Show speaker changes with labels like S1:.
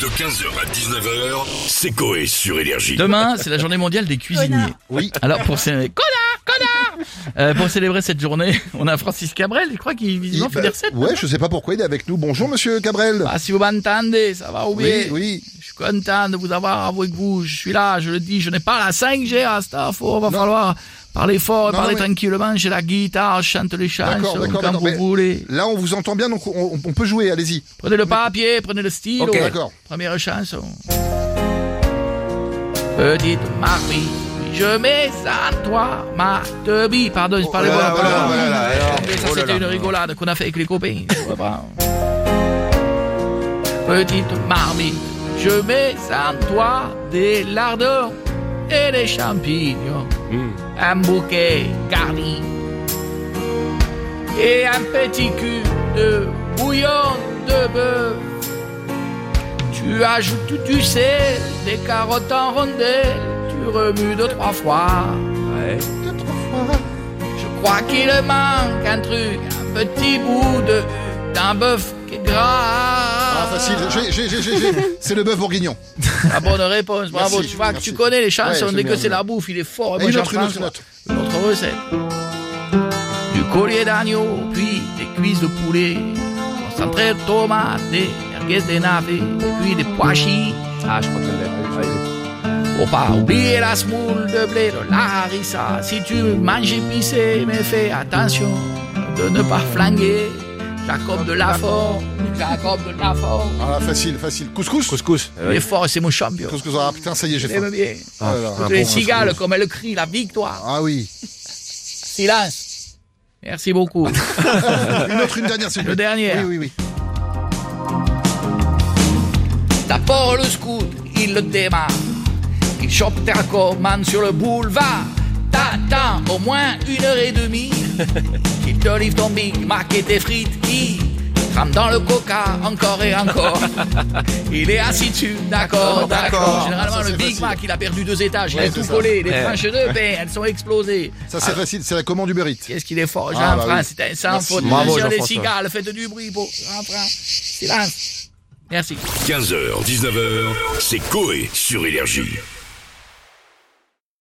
S1: De 15h à 19h, c'est Coé sur Énergie.
S2: Demain, c'est la journée mondiale des cuisiniers. Oui. Alors pour célébrer... Connard Connard Euh, Pour célébrer cette journée, on a Francis Cabrel, je crois qu'il visiblement
S3: Il-
S2: fait
S3: bah,
S2: des recettes.
S3: Ouais, je sais pas pourquoi il est avec nous. Bonjour Monsieur Cabrel.
S2: Ah, si vous m'entendez, ça va ou bien
S3: oui, oui.
S2: Je suis content de vous avoir avec vous. Je suis là, je le dis, je n'ai pas la 5G à Staff. Il va falloir parler fort, et
S3: Non,
S2: parler
S3: non, mais-
S2: tranquillement. J'ai la guitare, je chante les
S3: D'accord,
S2: chansons
S3: d'accord,
S2: quand
S3: d'accord,
S2: vous
S3: mais-
S2: voulez.
S3: Là, on vous entend bien, donc on, on peut jouer. Allez-y.
S2: Prenez le papier, prenez le stylo.
S3: Ok. D'accord.
S2: Première chanson. Petite Marie, je mets à toi ma tebi. Pardon, je parlais
S3: là
S2: pas.
S3: là, oh là là,
S2: pardon.
S3: oh là là,
S2: Mais ça, c'était une rigolade qu'on a fait avec les copains. Ouais, bah. Petite marmite, je mets à toi des lardons et des champignons.
S3: Hmm.
S2: Un bouquet garni et un petit cul de bouillon de bœuf. Tu ajoutes du sel, des carottes en rondelles, tu remues deux, trois fois. Je crois qu'il manque un truc, un petit bout de d'un bœuf qui est gras.
S3: Ah, facile. J'ai, j'ai, j'ai, j'ai, j'ai. C'est le bœuf bourguignon.
S2: La bonne réponse, bravo.
S3: Merci,
S2: tu vois
S3: merci.
S2: que tu connais les chansons,
S3: Ouais, je
S2: dès que
S3: viens,
S2: c'est
S3: je
S2: la bouffe, il est fort.
S3: Et
S2: Ah, moi,
S3: une autre,
S2: j'en
S3: une autre,
S2: prends,
S3: une autre.
S2: Une autre recette. Du collier d'agneau, puis des cuisses de poulet, concentré de tomates, des merguez des navets, et puis des pois chiches. Ah, je crois que Faut pas oublier la semoule de blé de la harissa. Si tu manges épicé, mais fais attention de ne pas flinguer. Jacob de Lafort, Jacob de Lafort.
S3: Ah, facile, facil. Couscous.
S4: Couscous.
S2: Il est fort, c'est mon champion.
S3: Couscous. Ah putain, ça y est, j'ai faim.
S2: J'aime bien.
S3: Ah, là, là.
S2: Toutes les cigales, comme elles crient la victoire.
S3: Ah oui.
S2: Silence. Merci beaucoup.
S3: Une autre, une dernière, s'il vous
S2: Le
S3: plaît.
S2: dernier.
S3: Oui, oui, oui.
S2: D'abord le scout, il le démarre. Il chope ta commande sur le boulevard. T'attends au moins une heure et demie. Qu'il te livre ton Big Mac et tes frites. Il trempe dans le coca encore et encore. Il est assis dessus, d'accord, d'accord. Généralement,
S3: Ça, c'est
S2: le Big
S3: facile.
S2: Mac, il a perdu deux étages. il
S3: Ouais,
S2: a tout
S3: c'est ça.
S2: collé. Les tranches de pain, elles sont explosées.
S3: Ça, c'est facile. C'est la commande Uber Eats.
S2: Qu'est-ce qu'il est fort,
S3: Ah,
S2: Jean-François,
S3: bah oui.
S2: c'est un sans
S3: Merci.
S2: faute.
S4: Bravo,
S2: Monsieur les
S4: Jean-François.
S2: cigales, faites du bruit pour Jean-François. Silence. Merci.
S1: 15h, 19h, c'est Coé sur Énergie.